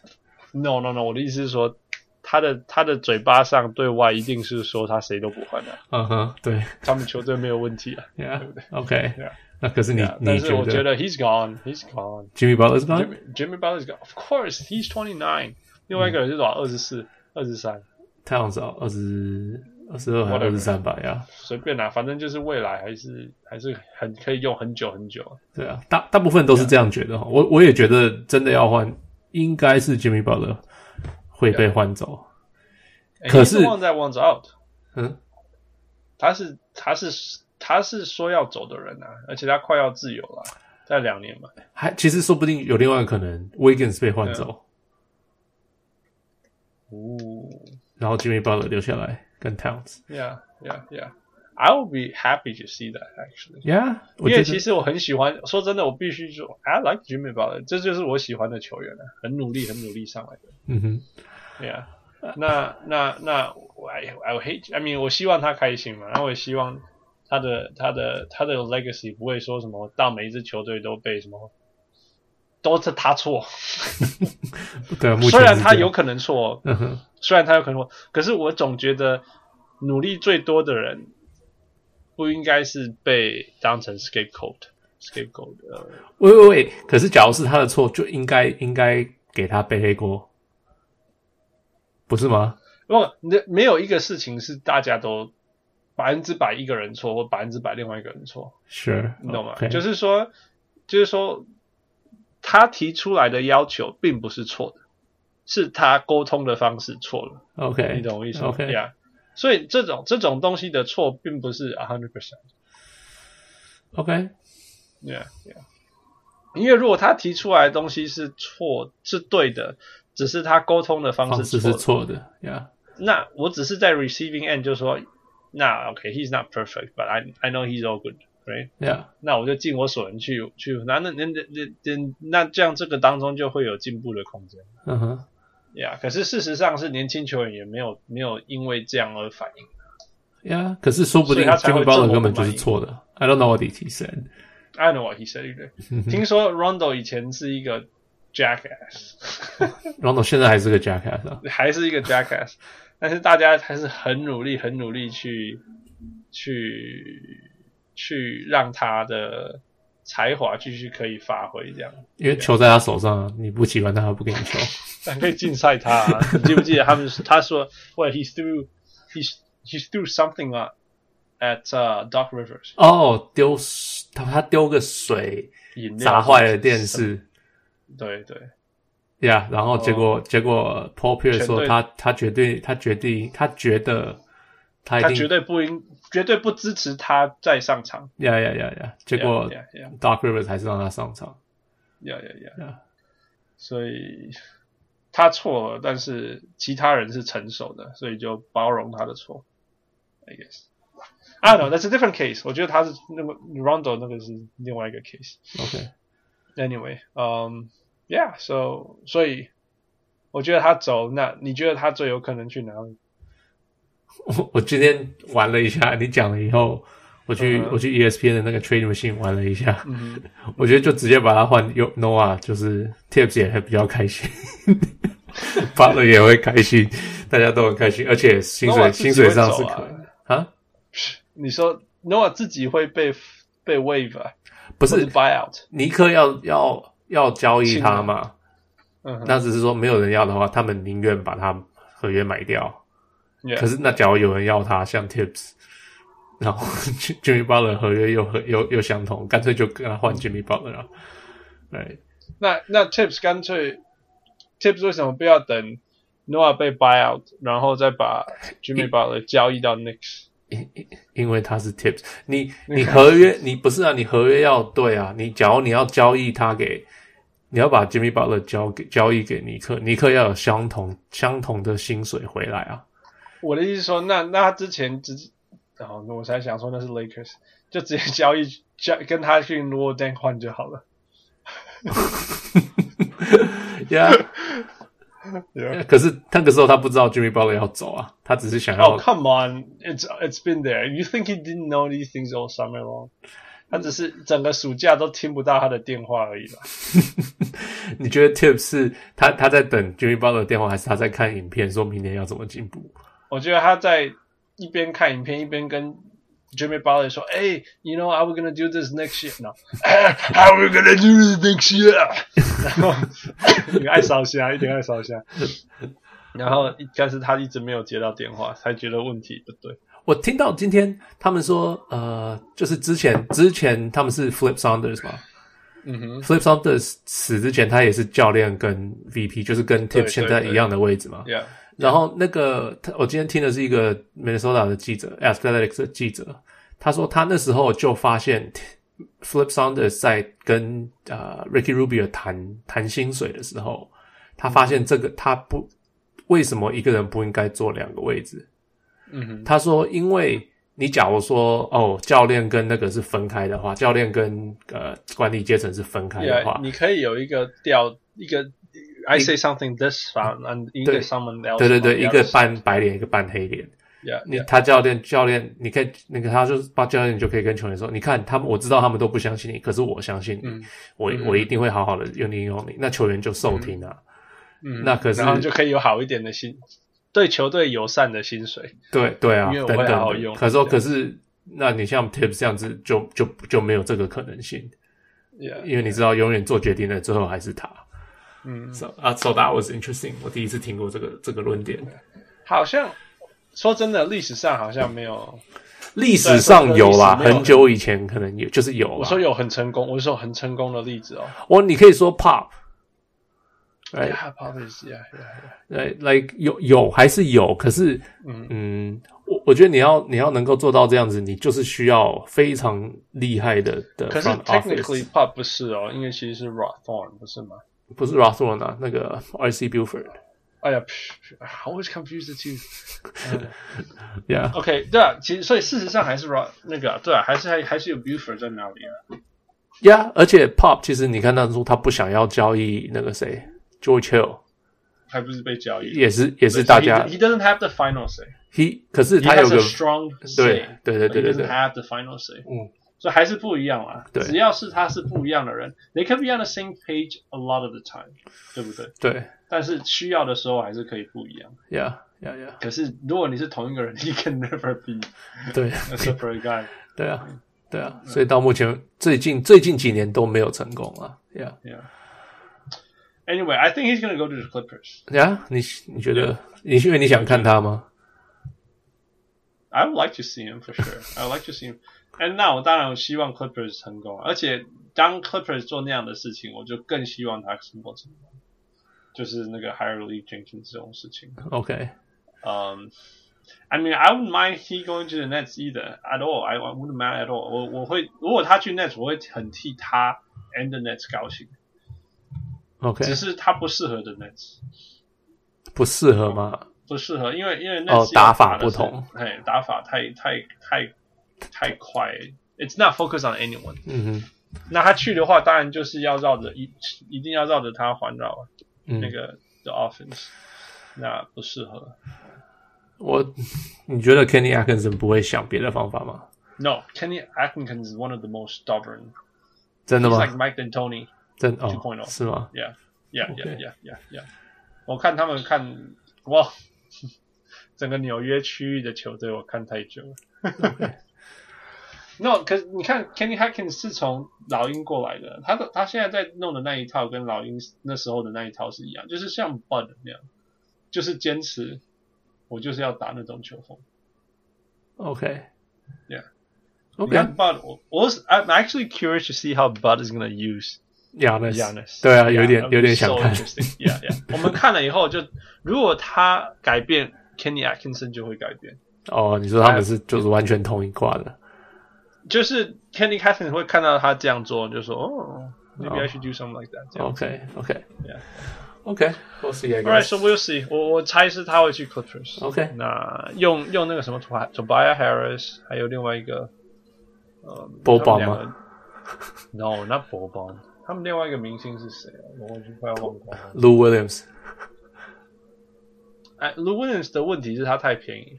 Speaker 1: No, No, No，我的意思是说，他的他的嘴巴上对外一定是说他谁都不换的、
Speaker 2: 嗯哼，对
Speaker 1: 他们球队没有问题啊。
Speaker 2: ，Yeah，OK，
Speaker 1: Yeah
Speaker 2: 那可是你
Speaker 1: Yeah,
Speaker 2: 你
Speaker 1: 但是
Speaker 2: 觉
Speaker 1: 我觉
Speaker 2: 得啊
Speaker 1: 得 he's gone, he's gone.
Speaker 2: Jimmy Butler's gone？
Speaker 1: Jimmy Jimmy Butler's gone. Of course, he's twenty nine. 另外一个人是多少？二十四、二十三，
Speaker 2: 太阳少哦二十二十二还
Speaker 1: Whatever
Speaker 2: 二十三吧呀？
Speaker 1: 随便啦，反正就是未来还是还是很可以用很久很久。
Speaker 2: 对啊，大大部分都是这样觉得哈。哦我我也觉得真的要换，应该是 Jimmy Butler 会被换走。
Speaker 1: 诶
Speaker 2: 可是
Speaker 1: he's the one that wants out，
Speaker 2: 嗯，
Speaker 1: 他是他是他是说要走的人啊，而且他快要自由了，在两年嘛。
Speaker 2: 还其实说不定有另外一个可能，Wiggins 被换走，
Speaker 1: 哦
Speaker 2: 然后 Jimmy Butler 留下来跟 Towns。
Speaker 1: ，Yeah, yeah, yeah. I will be happy to see that actually.
Speaker 2: Yeah，我
Speaker 1: 因
Speaker 2: 觉
Speaker 1: 为
Speaker 2: 得
Speaker 1: 其实我很喜欢，说真的，我必须说，I like Jimmy Butler，这就是我喜欢的球员了、很努力，很努力上来的。
Speaker 2: 嗯哼， *laughs*
Speaker 1: 对啊，那那那我 I I hate，I mean，我希望他开心嘛，然后我也希望他的他的他的 legacy 不会说什么到每一支球队都被什么。都是他错，
Speaker 2: 对 *laughs* 啊，目前
Speaker 1: 虽然
Speaker 2: 是
Speaker 1: 他
Speaker 2: 这样
Speaker 1: 有，可能错，
Speaker 2: 嗯哼，
Speaker 1: 虽然他有可能错，可是我总觉得努力最多的人不应该是被当成 scapegoat，scapegoat 呃
Speaker 2: 喂喂喂，可是假如是他的错，就应该应该给他背黑锅，不是吗？
Speaker 1: 不，没没有一个事情是大家都百分之百一个人错，或百分之百另外一个人错，
Speaker 2: Sure，
Speaker 1: 你懂吗
Speaker 2: OK
Speaker 1: 就是说，就是说，他提出来的要求并不是错的，是他沟通的方式错了，
Speaker 2: OK，
Speaker 1: 你懂我意思吗
Speaker 2: ？OK，
Speaker 1: Yeah，所以这种这种东西的错并不是 a hundred percent。
Speaker 2: OK，
Speaker 1: Yeah, yeah. 因为如果他提出来的东西是错，是对的，只是他沟通的方
Speaker 2: 方式
Speaker 1: 式错
Speaker 2: 是
Speaker 1: 了，
Speaker 2: 错的，Yeah，
Speaker 1: 那我只是在 receiving end 就说，那 OK，he's、not perfect，but I I know he's all good，right？
Speaker 2: Yeah，
Speaker 1: 那我就尽我所能去去，那那那那那那那这样这个当中就会有进步的空间
Speaker 2: 嗯哼，
Speaker 1: ，Yeah。可是事实上是年轻球员也没有没有因为这样而反应
Speaker 2: Yeah，可是说不定
Speaker 1: 所以他才
Speaker 2: Jimmy
Speaker 1: 会这么
Speaker 2: Butler
Speaker 1: 不
Speaker 2: 根本就
Speaker 1: 满意
Speaker 2: 是错的。I don't know what he said。
Speaker 1: ，I know what he said，对不对？听说 Rondo 以前是一个 jackass， *laughs*
Speaker 2: Rondo 现在还是个 jackass 啊。
Speaker 1: 还是一个 jackass，但是大家还是很努力、很努力去去去让他的才华继续可以发挥，这样，
Speaker 2: 因为球在他手上啊，你不喜欢他，他不给你球。
Speaker 1: 但可以禁赛他、啊。你记不记得他们他说，Well, he threw he he threw something at uh, Doc Rivers
Speaker 2: 哦，丢他他丢个水
Speaker 1: 饮料
Speaker 2: 砸坏了电，视
Speaker 1: 对对
Speaker 2: 呀，Yeah，然后结果结果 Paul Pierce
Speaker 1: 哦全
Speaker 2: 说
Speaker 1: 队
Speaker 2: 他他决定他决定他觉得他
Speaker 1: 他
Speaker 2: 一
Speaker 1: 绝
Speaker 2: 定
Speaker 1: 对不应，绝对不支持他再上场。
Speaker 2: 呀呀呀呀，结果
Speaker 1: yeah, yeah, yeah.
Speaker 2: Doc Rivers 还是让他上场。
Speaker 1: 呀呀
Speaker 2: 啊
Speaker 1: 呀！所以他错了，但是其他人是成熟的，所以就包容他的错。I guess I don't know, that's a different case。我觉得他是那个 Rondo 那个是另外一个 case。
Speaker 2: OK， *laughs*
Speaker 1: Anyway，嗯、y e a h so 所以我觉得他走，那你觉得他最有可能去哪里？
Speaker 2: 我我今天玩了一下，你讲了以后，我去、
Speaker 1: 嗯哼
Speaker 2: 我去 E ESPN 的那个 Trade Machine 玩了一下，
Speaker 1: 嗯
Speaker 2: 我觉得就直接把它换 Yo Noah，就是 Tips 也还比较开
Speaker 1: *laughs*
Speaker 2: 心，Butler 也会开心，大家都很开心，而且薪水、
Speaker 1: Noah 自己
Speaker 2: 薪
Speaker 1: 会
Speaker 2: 水上是
Speaker 1: 走啊
Speaker 2: 可啊，
Speaker 1: 你说 Noah 自己会被被 waive，啊
Speaker 2: 不
Speaker 1: 或
Speaker 2: 是
Speaker 1: 是 buyout？
Speaker 2: 尼克要要要交易他嘛？
Speaker 1: 嗯哼
Speaker 2: 那只是说没有人要的话，他们宁愿把他合约买掉。
Speaker 1: ，Yeah，
Speaker 2: 可是那假如有人要他，像 Tips，然后 *laughs* Jimmy Butler 合约又和又又相同，干脆就跟他换 Jimmy Butler 啊。对，
Speaker 1: 那那 Tips 干脆 Tips 为什么不要等 Noah 被 buy out，然后再把 Jimmy Butler 交易到 Knicks？
Speaker 2: 因因因为他是 Tips，你你合约你不是啊，你合约要对啊，你假如你要交易他给，你要把 Jimmy Butler 交给交易给尼克，尼克要有相同相同的薪水回来啊。
Speaker 1: 我的意思是说，那那他之前直，然、后我才想说那是 Lakers，就直接交易交跟他去 n e w d a n 换就好了。
Speaker 2: *laughs* Yeah，*laughs*
Speaker 1: Yeah.
Speaker 2: 可是那个时候他不知道 Jimmy Butler 要走啊，他只是想要
Speaker 1: Oh come on, it's it's been there. You think he didn't know these things all summer long? 他只是整个暑假都听不到他的电话而已吧。
Speaker 2: 你觉得 Tips 是他他在等 Jimmy Butler 的电话，还是他在看影片，说明年要怎么进步？
Speaker 1: 我觉得他在一边看影片一边跟 Jimmy Butler 说，哎、y o u know how we gonna do this next year？No，哎，how we gonna do this next year？然后一点爱烧虾，一点爱烧虾。然后，但是他一直没有接到电话，才觉得问题不对。
Speaker 2: 我听到今天他们说，呃，就是之前之前他们是 Flip Saunders 嘛
Speaker 1: 嗯哼，
Speaker 2: ，Flip Saunders 死之前他也是教练跟 VP，就是跟
Speaker 1: 对
Speaker 2: Tip
Speaker 1: 对
Speaker 2: 现在一样的位置嘛。
Speaker 1: ，Yeah，
Speaker 2: 然后那个他，我今天听的是一个 Minnesota 的记者，Athletics 的记者，他说他那时候就发现 Flip Saunders 在跟呃 Ricky Rubio 谈谈薪水的时候，他发现这个他不为什么一个人不应该做两个位置？
Speaker 1: 嗯哼，
Speaker 2: 他说，因为你假如说哦，教练跟那个是分开的话，教练跟呃管理阶层是分开的话
Speaker 1: Yeah，你可以有一个调一个，I say something this far and 一个
Speaker 2: 对
Speaker 1: someone else，
Speaker 2: 对对对，一个
Speaker 1: Yeah，
Speaker 2: 扮白脸，一个扮黑脸。你
Speaker 1: Yeah，
Speaker 2: 他教练教练，你可以那个他就是把教练，你就可以跟球员说，你看他们，我知道他们都不相信你，可是我相信你，
Speaker 1: 嗯
Speaker 2: 我我一定会好好的用利用你。那球员就受听啊，
Speaker 1: 嗯，
Speaker 2: 那可是
Speaker 1: 然后就可以有好一点的薪，对球队友善的薪水。
Speaker 2: 对对啊，
Speaker 1: 因为我
Speaker 2: 等
Speaker 1: 会
Speaker 2: 等
Speaker 1: 好好
Speaker 2: 的。
Speaker 1: 用
Speaker 2: 可是
Speaker 1: 对
Speaker 2: 可是，那你像 Tips 这样子，就就就没有这个可能性，
Speaker 1: Yeah，
Speaker 2: 因为你知道，永远做决定的最后还是他。
Speaker 1: 嗯，
Speaker 2: So 啊，So that was interesting。我第一次听过这个这个论点，
Speaker 1: 好像说真的，历史上好像没有。
Speaker 2: 历史上有啦，
Speaker 1: 对这个历史没有
Speaker 2: 很久以前可能有，就是有啦。
Speaker 1: 我说有很成功，我是说很成功的例子哦。
Speaker 2: 我你可以说 Pop。哎
Speaker 1: Yeah, probably is, yeah, yeah,
Speaker 2: 呃，like 有有还是有，可是，
Speaker 1: 嗯
Speaker 2: 嗯，我我觉得你要你要能够做到这样子，你就是需要非常厉害的的
Speaker 1: yeah. 可是
Speaker 2: front
Speaker 1: technically
Speaker 2: office，
Speaker 1: Pop 不是哦，因为其实是 Rothorn 不是吗？
Speaker 2: 不是 Rothron 啊，那个 RC Buford，yeah，
Speaker 1: 哎呀，psh, psh, I，always confuse the two。OK，对啊，其实所以事实上还是 Rod 那个啊对啊，还是还还是有 Buford 在那里啊。
Speaker 2: yeah，而且 Pop 其实你看当初他不想要交易那个谁 George Hill，
Speaker 1: 还不是被交易，
Speaker 2: 也是也
Speaker 1: 对
Speaker 2: 是大家
Speaker 1: He he doesn't have the final say.
Speaker 2: he，可是
Speaker 1: He
Speaker 2: 他有
Speaker 1: has
Speaker 2: 个
Speaker 1: a strong
Speaker 2: 对
Speaker 1: say.
Speaker 2: 对对对
Speaker 1: but
Speaker 2: 对
Speaker 1: he doesn't
Speaker 2: 对
Speaker 1: have the final say.
Speaker 2: 嗯，
Speaker 1: 所以还是不一样啦。
Speaker 2: 对
Speaker 1: 只要是他是不一样的人，they can be on the same page a lot of the time，对不对？
Speaker 2: 对
Speaker 1: 但是需要的时候还是可以不一样。
Speaker 2: ，yeah yeah yeah，
Speaker 1: 可是如果你是同一个人，you can never be
Speaker 2: 对啊
Speaker 1: a separate guy。
Speaker 2: 对啊对啊，所以到目前最近最近几年都没有成功啊，yeah。
Speaker 1: Yeah. Anyway, I think he's gonna go to the Clippers.
Speaker 2: 呀，你你觉得你是因为你想看他吗？
Speaker 1: I would like to see him for sure. I would like to see him. And 那我当然希望 Clippers 成功，而且当 Clippers 做那样的事情，我就更希望他成功成功，就是那个 h i r l e y Jenkins 这种事情。
Speaker 2: OK，
Speaker 1: Um, I mean, I wouldn't mind he going to the Nets either at all. I I wouldn't mind at all. 我我会如果他去 Nets，我会很替他 and the Nets 高兴。
Speaker 2: OK，
Speaker 1: 只是他不适合 the Nets，
Speaker 2: 不适合吗？
Speaker 1: 不适合，因为因为 Nets
Speaker 2: 哦
Speaker 1: 要
Speaker 2: 打法
Speaker 1: 的
Speaker 2: 不
Speaker 1: 是
Speaker 2: 同，
Speaker 1: 哎，打法太太太太快，It's not focused on anyone。
Speaker 2: 嗯哼，
Speaker 1: 那他去的话，当然就是要绕着一一定要绕着他环绕那
Speaker 2: 嗯，
Speaker 1: 个 the offense，那不适合。
Speaker 2: 我你觉得 Kenny Atkinson 不会想别的方法吗？
Speaker 1: No, Kenny Atkinson is one of the most stubborn.
Speaker 2: 真的
Speaker 1: He's
Speaker 2: 吗？
Speaker 1: like oh Mike D'Antoni.
Speaker 2: 真
Speaker 1: 2.0
Speaker 2: 哦，是吗？
Speaker 1: Yeah, yeah, yeah,
Speaker 2: OK
Speaker 1: yeah, yeah, yeah. 我看他们看哇， *laughs* 整个纽约区域的球队我看太久了。no，可是你看 Kenny Hackins 是从老鹰过来的，他的他现在在弄的那一套跟老鹰那时候的那一套是一样，就是像 Bud 那样，就是坚持我就是要打那种球风。
Speaker 2: OK，
Speaker 1: Yeah. 你
Speaker 2: OK，
Speaker 1: 看 Bud，我我是 I'm actually curious to see how Bud is gonna use
Speaker 2: 亚的
Speaker 1: Giannis，
Speaker 2: 对啊，有点
Speaker 1: Yeah,
Speaker 2: 有点想
Speaker 1: so
Speaker 2: 看，
Speaker 1: interesting. Yeah, yeah.
Speaker 2: *laughs*
Speaker 1: 我们看了以后就，如果他改变，Kenny Atkinson 就会改变。
Speaker 2: 哦，你说他们是就是完全同一挂的，
Speaker 1: 就是 Kenny Atkinson 会看到他这样做，就说哦，maybe I
Speaker 2: 哦
Speaker 1: should do something like that 这样。
Speaker 2: OK OK
Speaker 1: Yeah.
Speaker 2: OK，我是亚
Speaker 1: All right,
Speaker 2: 个
Speaker 1: so we'll see. 我我猜是他会去 Clippers。
Speaker 2: OK
Speaker 1: 那用用那个什么 Tob- Tobias Harris，还有另外一个，嗯
Speaker 2: Boban
Speaker 1: 他们两
Speaker 2: 吗
Speaker 1: 个？No，那 Boban。他们另外一个明星是谁啊？我已经快要忘光了。
Speaker 2: Lou Williams，
Speaker 1: 哎，Lou Williams 的问题是他太便宜。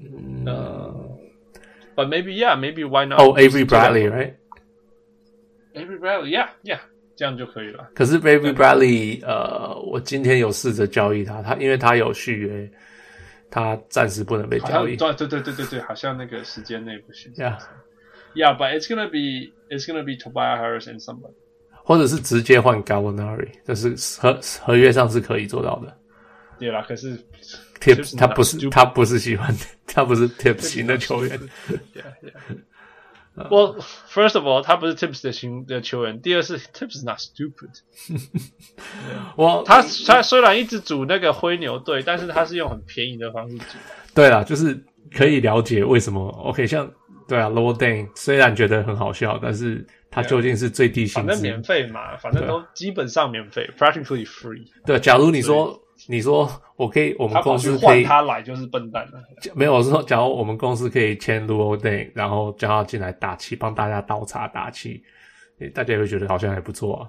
Speaker 2: 嗯，
Speaker 1: Uh， But maybe yeah, maybe why not?
Speaker 2: 哦，Avery
Speaker 1: 就是这样
Speaker 2: Bradley，right？
Speaker 1: Avery Bradley, yeah, yeah，这样就可以了。
Speaker 2: 可是 Baby Bradley，呃，我今天有试着交易他，他因为他有续约，他暂时不能被
Speaker 1: 好
Speaker 2: 交
Speaker 1: 像
Speaker 2: 易。
Speaker 1: 对对对对对对，好像那个时间内不行。
Speaker 2: Yeah，
Speaker 1: Yeah, but it's gonna be it's gonna be Tobias Harris and somebody.
Speaker 2: 或者是直接换 Gallinari，这是合合约上是可以做到的。
Speaker 1: 对啦，可是
Speaker 2: Tips 他不是
Speaker 1: Stupid
Speaker 2: 他不是喜欢 *laughs* 他不是 Tips 型的球员。
Speaker 1: Yeah, yeah. Well, first of all，他不是 Tips 的型的球员。第二是 Tips is not stupid
Speaker 2: 我
Speaker 1: 他。他虽然一直组那个灰牛队，但是他是用很便宜的方式组。
Speaker 2: 对啦，就是可以了解为什么 OK，像对啊 l o w d a n 虽然觉得很好笑，但是他究竟是最低薪
Speaker 1: 啊反正
Speaker 2: 资
Speaker 1: 免费嘛，反正都基本上免费，practically free。
Speaker 2: 对，假如你说你说我可以，我们
Speaker 1: 他跑
Speaker 2: 公
Speaker 1: 去
Speaker 2: 司可
Speaker 1: 换
Speaker 2: 以
Speaker 1: 他来就是笨蛋了。
Speaker 2: 没有我是说，假如我们公司可以签 l u o Day，然后叫他进来打气，帮大家倒茶打气，诶大家也会觉得好像还不错啊。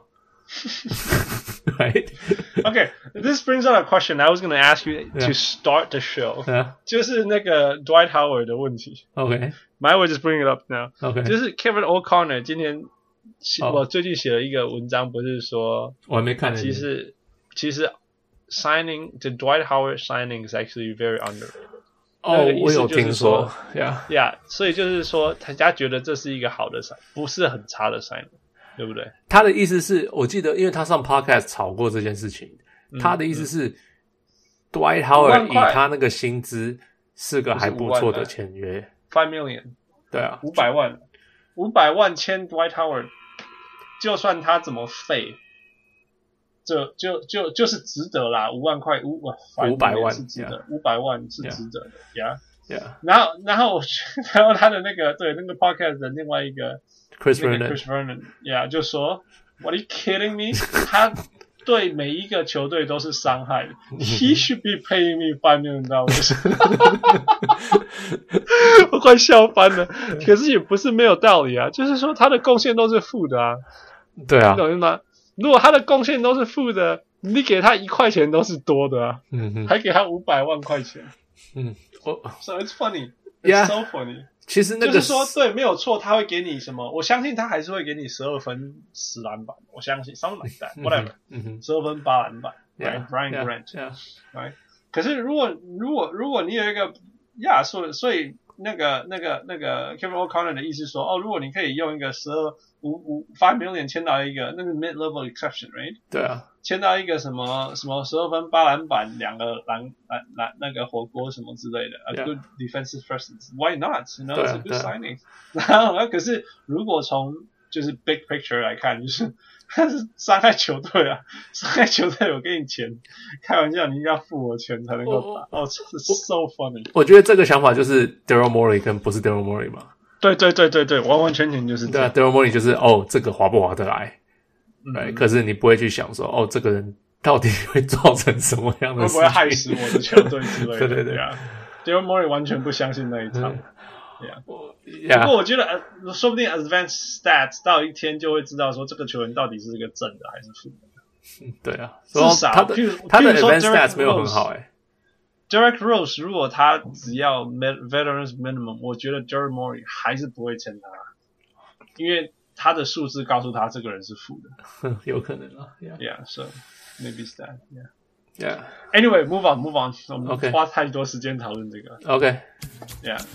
Speaker 2: right？ *laughs*
Speaker 1: Okay, this brings up a question I was going to ask you
Speaker 2: Yeah.
Speaker 1: to start the show，
Speaker 2: 对啊
Speaker 1: 就是那个 Dwight Howard 的问题。
Speaker 2: ，OK
Speaker 1: My way just bring it up now。
Speaker 2: OK，
Speaker 1: 就是 Kevin O'Connor 今天写，
Speaker 2: 哦
Speaker 1: 我最近写了一个文章，不是说
Speaker 2: 我还没看呢。
Speaker 1: 其实其实 signing the Dwight Howard signing is actually very under。
Speaker 2: 哦
Speaker 1: 那个，意
Speaker 2: 我
Speaker 1: 思
Speaker 2: 有
Speaker 1: 就是
Speaker 2: 听
Speaker 1: 说
Speaker 2: 呀。
Speaker 1: Yeah，所以就是说，大家觉得这是一个好的 sign，不是很差的 sign，对不对？
Speaker 2: 他的意思是我记得，因为他上 podcast 吵过这件事情，他的意思是、Dwight
Speaker 1: 嗯万
Speaker 2: Howard
Speaker 1: 块
Speaker 2: 以他那个薪资是个还不错的签约，
Speaker 1: Five million，
Speaker 2: 对啊，
Speaker 1: 五百万，五百万签 Dwight Howard，就算他怎么废，这就就就是值得啦，五万块五哇
Speaker 2: 500万
Speaker 1: five million 是值得，五百万是值得的，Yeah。
Speaker 2: ，Yeah，Chris
Speaker 1: 然后，然后我去，然后他的那个对那个 podcast 的另外一个那个 Chris
Speaker 2: Vernon，
Speaker 1: Vernon，yeah，就说 What are you kidding me？他 *laughs* 对每一个球队都是伤害的。He should be paying me five million dollars。我快笑翻
Speaker 2: *laughs*
Speaker 1: 了。可是也不是没有道理啊，就是说他的贡献都是负的啊，
Speaker 2: 对啊
Speaker 1: 你，懂意思吗？如果他的贡献都是负的，你给他一块钱都是多的啊，
Speaker 2: 嗯哼，
Speaker 1: 还给他五百万块钱。
Speaker 2: 嗯，我
Speaker 1: So it's funny.
Speaker 2: Yeah.
Speaker 1: It's so funny.
Speaker 2: 其实那
Speaker 1: 就
Speaker 2: 个
Speaker 1: 是说，对，没有错，他会给你什么？我相信他还是会给你十二分、十篮板，我相信 something like that,
Speaker 2: 嗯哼
Speaker 1: whatever，
Speaker 2: 嗯哼
Speaker 1: 十二分八篮板
Speaker 2: ，Yeah，
Speaker 1: ，right，Brian
Speaker 2: yeah，
Speaker 1: Grant。
Speaker 2: yeah，
Speaker 1: 可是如果如果如果你有一个呀，所以所以那个那个那个 Kevin O'Connor 的意思说，哦，如果你可以用一个十二五五 five million 签到一个那个 mid level exception，right？
Speaker 2: 对啊，
Speaker 1: 签到一个什么什么十二分八篮板两个篮篮篮那个火锅什么之类的
Speaker 2: Yeah.
Speaker 1: ，a good defensive presence，why not？You know
Speaker 2: 对
Speaker 1: it's
Speaker 2: 啊
Speaker 1: a good
Speaker 2: 对啊
Speaker 1: signing。然 *laughs* 后可是如果从就是 big picture 来看，就是 *laughs* 他是伤害球队啊，伤害球队，我给你钱，开玩笑，你应该付我钱才能够打。哦，这是 so funny。
Speaker 2: 我觉得这个想法就是 Daryl Morey 跟不是 Daryl Morey 嘛，
Speaker 1: 对对对对对，完完全全就是这
Speaker 2: 对啊
Speaker 1: 样。
Speaker 2: ，Daryl Morey 就是哦，这个划不划得来，
Speaker 1: 嗯
Speaker 2: 对，可是你不会去想说哦，这个人到底会造成什么样的事
Speaker 1: 会不
Speaker 2: 情，
Speaker 1: 会害死我的球队之类的？
Speaker 2: *laughs* 对对对
Speaker 1: 啊。Daryl Morey 完全不相信那一套。不过
Speaker 2: 呀，
Speaker 1: 我觉得，呃，说不定 advanced stats 到一天就会知道说这个球员到底是一个正的还是负的。
Speaker 2: 对啊，
Speaker 1: 至
Speaker 2: 说
Speaker 1: 少
Speaker 2: 他的
Speaker 1: 譬如
Speaker 2: 他的
Speaker 1: 譬如说
Speaker 2: advanced
Speaker 1: Derrick
Speaker 2: stats 没有很
Speaker 1: Rose
Speaker 2: 好哎。
Speaker 1: Derek Rose 如果他只要 med- veterans minimum，我觉得 Derek Morey 还是不会签他，因为他的数字告诉他这个人是负的。
Speaker 2: 哼 *laughs* 有可能啊
Speaker 1: Yeah, so maybe it's that. Yeah.
Speaker 2: ，Yeah，Yeah，OK，
Speaker 1: Anyway, move on, move on. 我们
Speaker 2: Okay.
Speaker 1: 花太多时间讨论这个。Yeah.